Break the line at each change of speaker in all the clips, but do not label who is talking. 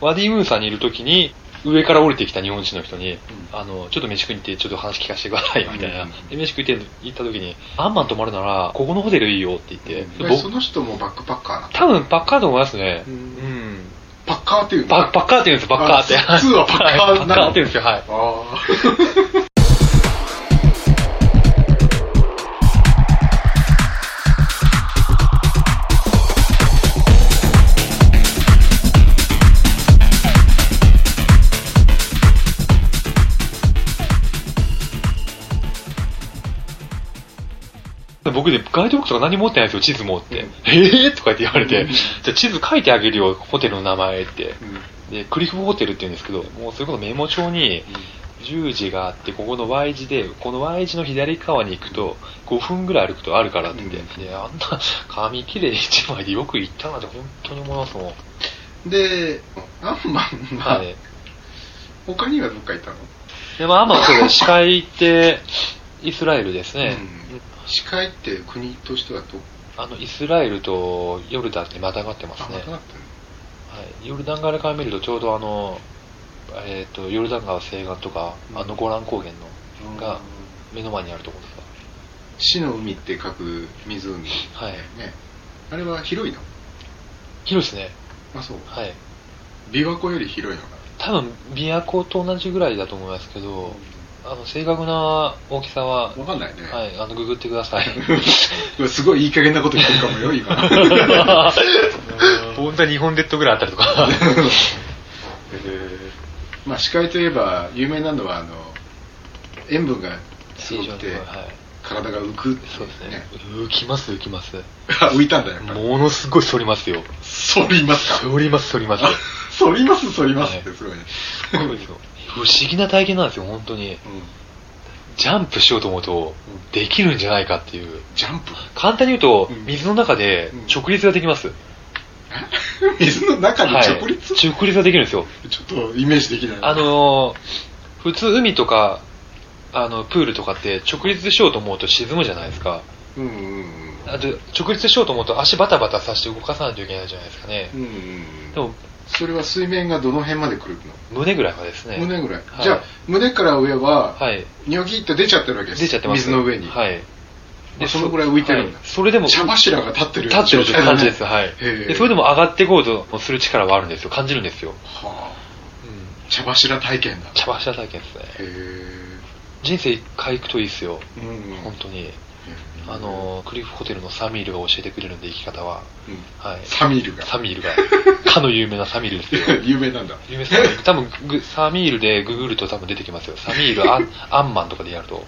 ワディ・ムーサにいるときに、上から降りてきた日本人の人に、あの、ちょっと飯食いに行って、ちょっと話聞かせてくださいよ、みたいな。
うんうんうん
で、飯食いって行った時に、アンマン泊まるなら、ここのホテルいいよって言って、
うん
僕
その人もバックパッカーなの
多分バッカーと思いますね。
う
うんん。
パッカーっていうの
ババッカーって言うんですよ、バッカーって。
あ普通はバッカーなの
はいバッカーって言うんですよ、はい。
あ
僕でガイドブックとか何も持ってないんですよ、地図持って。
うん
えーとかって言われ
う
て、
ん
じゃあ地図書いてあげるよ、ホテルの名前って。
ー、うん
で、クリフホテルって言うんですけど、もうそれこそメモ帳に、十字があって、ここの Y 字で、この Y 字の左側に行くと、5分ぐらい歩くとあるからって言って、であんな紙切れ1枚でよく行ったなって本当に思いますもん。
で、アンマンは、
はい。
他にはどっかいたの
で、まあ、アマンそれ、司会って、イスラエルですね。
うん司会って国としてはど
あの、イスラエルとヨルダンってまたがってます
あ、
ね
ま。た
は
だったの
い、ヨルダン側から見ると、ちょうどあの、えっ、と、ヨルダン川西岸とか、あのゴラン高原のが目の前にあるところです
死の海って書く湖ね。
か。はい。
あれは広いの
広いですね。
あ、そう。
はい。
琵琶湖より広いのか
多分、琵琶湖と同じぐらいだと思いますけど、あの、正確な大きさは
な。、わかんないね。
はい、あの、ググってください。
い、 すごいいい加減なこと言ってるかもよ、今。
本当に日本列島ぐらいあったりとか。
まあ、司会といえば、有名なのは、あの、塩分がすごくて、
はい。
体が浮くってい
そうですね。浮きます、浮きます。
あ浮いたんだ、やっぱり。
ものすごい反りますよ。
反りますか
反ります、反ります。
反ります、反りますって、すごいね。
すごいですよ不思議な体験なんですよ、本当に。
うん
ジャンプしようと思うと、できるんじゃないかっていう。
ジャンプ
簡単に言うと
うん、
水の中で
うん
直立ができます。
水の中に
はい
直立、
直立ができるんですよ。
ちょっとイメージできない。
あのー普通海とか、あの、プールとかって直立しようと思うと沈むじゃないですか。
うんうんうん。
あと直立しようと思うと足バタバタさせて動かさないといけないじゃないですかね
う。んうん
で
うん。
も、
それは水面がどの辺まで来るの
胸ぐらいはですね。
胸ぐらい。
はい
じゃあ、胸から上は、
はい。
ニョキって出ちゃってるわけです。
出ちゃってます。
水の上に。
はい。
あそのぐらい浮いてるんだ
はそれでも、
茶柱が立ってる
立ってるという感じです。
は
はい。
へえ
でそれでも上がっていこうとする力はあるんですよ。感じるんですよ。
あ、茶柱体験だ。
茶柱体験ですね。
へえ。
人生一回行くといいですよ。
うんうん
本当に。あ、の、クリフホテルのサミールが教えてくれるんで、生き方は。
うん
はい。
サミールが。
サミールが。かの有名なサミールですよ。
有名なんだ。
有名サミール。多分グ、サミールでググると多分出てきますよ。サミール、アンアンマンとかでやると。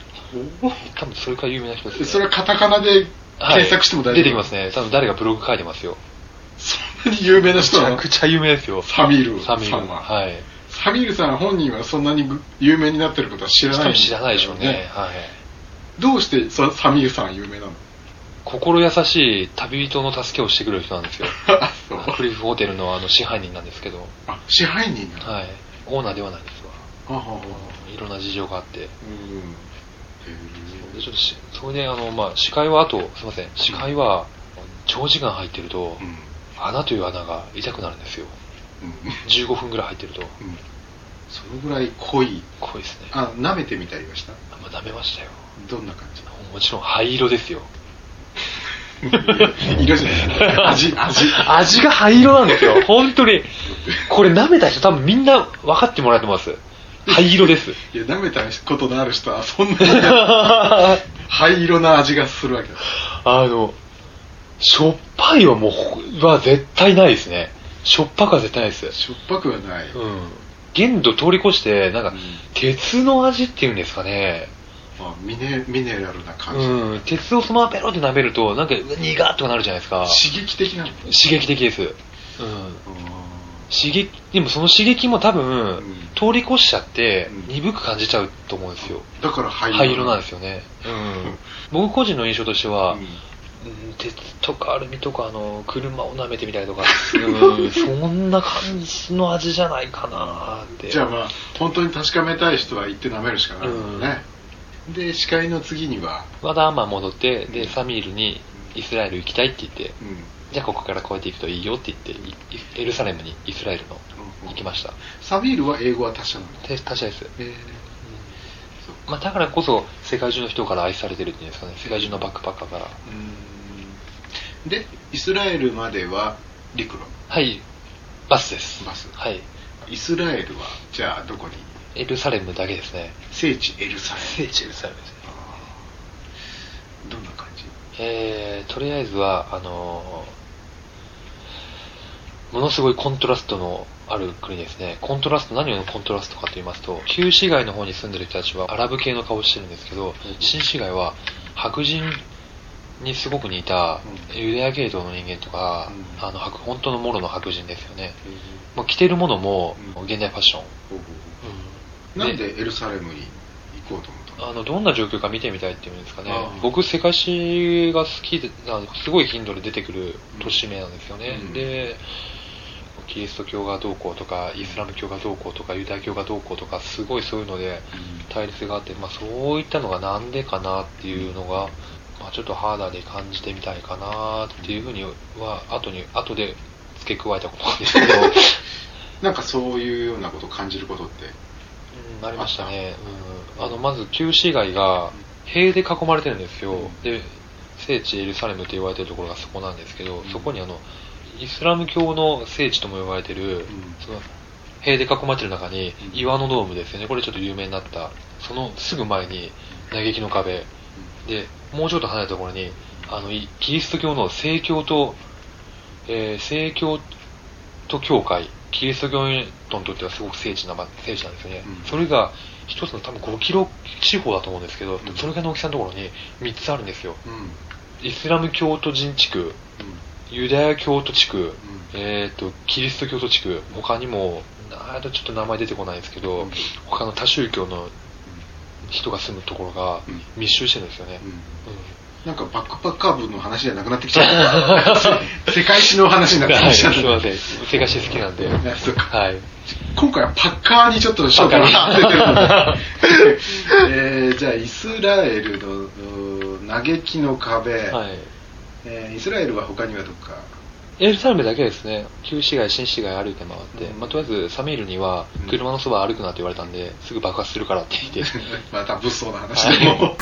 多分それから有名な人です、ね。
それはカタカナで検索しても大丈夫
出てきますね。多分誰がブログ書いてますよ。
そんなに有名な
めち
人な
ゃ
の
くちゃ有名ですよ。
サミール
サミー
さん
ル。
は
はい。
サミールさん本人はそんなにぐ有名になってることは知ら
多
ない
分
んだよね
知らないでしょうね。はい。
どうしてさサミールさん有 名なの
心優しい旅人の助けをしてくれる人なんですよ。
あそう
クリフホテルのあの支配人なんですけど、
あ支配人なの
はい。オーナーではないですわ。
あはは。
いろんな事情があって。
うんへ
でちょっとし、それで、あの、まあ、視界はあと、すいません、視界は、長時間入ってると
えう、ん
穴という穴が痛くなるんですよ。
うん
15分ぐらい入ってると、
うんそのぐらい濃い
濃いですね。
あ舐めてみたりはした
あんま舐めましたよ。
どん な感じ
もちろん灰色ですよ。
色じゃない 味味
味が灰色なんです よ。本当に。これ舐めた人多分みんな分かってもらえてます。灰色 です。
いや舐めたことのある人はそんなに 灰色な味がするわけだ
あの、しょっぱいはもうほ、は絶対ないですね。しょっぱくは絶対ないです。
しょっぱくはない、
うん。限度通り越して、なんか、鉄の味っていうんですかね。
まあ、ミネミネラルな感じ、
うん。鉄をそのままペロって舐めると、なんか、うわ苦っとかなるじゃないですか。
刺激的なの
刺激的です。うん。刺激、でもその刺激も多分、
うん
通り越しちゃって
うん、
鈍く感じちゃうと思うんですよ。
だから灰色
灰色なん
す
ですよね。うん。僕個人の印象としては、うん鉄とかアルミとか、あの、車を舐めてみた りとか、うん、そんな感じの味じゃないかなって。
じゃあまあ本当に確かめたい人は行って舐めるしかないもんね、で司会の次には、
まだアンマン戻って、で、サミールにイスラエル行きたいって言って、
うん
じゃあここから越えていくといいよって言って、いエルサレムにイスラエルの行っきました。
サビールは英語は他者なんだ
で他社です。
えーそっか
まあ、だからこそ、世界中の人から愛されてるっていうんですかね。世界中のバックパッカーから。
うんでイスラエルまでは陸路
はい、バスです。
バス
はい。
イスラエルはじゃあどこに
エルサレムだけですね。
聖地エルサレ
聖地エルサレムですね。
ムあーどんな感じ
えー、とりあえずは、あのーものすごいコントラストのある国ですね。コントラスト、何をコントラストかと言いますと、旧市街の方に住んでる人たちはアラブ系の顔をしてるんですけど、新市街は白人にすごく似た
うん
ユダヤ系統の人間とか、
うん
あの、白本当のもろの白人ですよね。もう着てるものも
うん
現代ファッション。
なんでエルサレムに行こうと思ったの
あの、どんな状況か見てみたいっていうんですかね
ああ。
僕、世界史が好きで、あのすごい頻度で出てくる都市名なんですよね。
うん
で、キリスト教がどうこうとか、イスラム教がどうこうとか、ユダヤ教がどうこうとか、すごいそういうので対立があって、まあそういったのがなんでかなっていうのが、まあちょっと肌で感じてみたいかなっていうふうには、後に、後で付け加えたことなんですけど、
なんかそういうようなことを感じることって
うん、ありましたね。うん、あの、まず、旧市街が、塀で囲まれてるんですよ。
うん
で、聖地エルサレムと言われてるところがそこなんですけど、
うん
そこにあの、イスラム教の聖地とも呼ばれてる、その、塀で囲まれてる中に、
うん
岩のドームですよね。これちょっと有名になった。そのすぐ前に、嘆きの壁。で、もうちょっと離れたところに、あの、いキリスト教の正教と、えー正教と教会、キリスト教にとってはすごく聖地なま、聖地なんですよね。
うん
それが、一つの多分5キロ四方だと思うんですけど、
うん
それぐらいの大きさのところに3つあるんですよ。
うんうんうん
イスラム教徒人地区、ユダヤ教徒地区、えー、と、キリスト教徒地区、他にも、あーちょっと名前出てこないんですけど、
うん
他の多宗教の人が住むところが
うん
密集してるんですよね。
うん
うん
なんかバックパッカー部の話じゃなくなってきちゃ った。世界史の話になって
は
き
い、
ち
す
ゃっ
みま
た。
せん。世界史好きなんで。
あそうか
はい。
今回はパッカーにちょっと焦点が当ててるの で、えーじゃあイスラエルのうー嘆きの壁、
はい。
えーイスラエルは他にはどっか、
エルサレムだけですね、旧市街、新市街歩いて回って、
うん
まあ、とりあえずサミールには
うん、
車のそば歩くなって言われたんで、すぐ爆発するからって言って、
また物騒な話でも。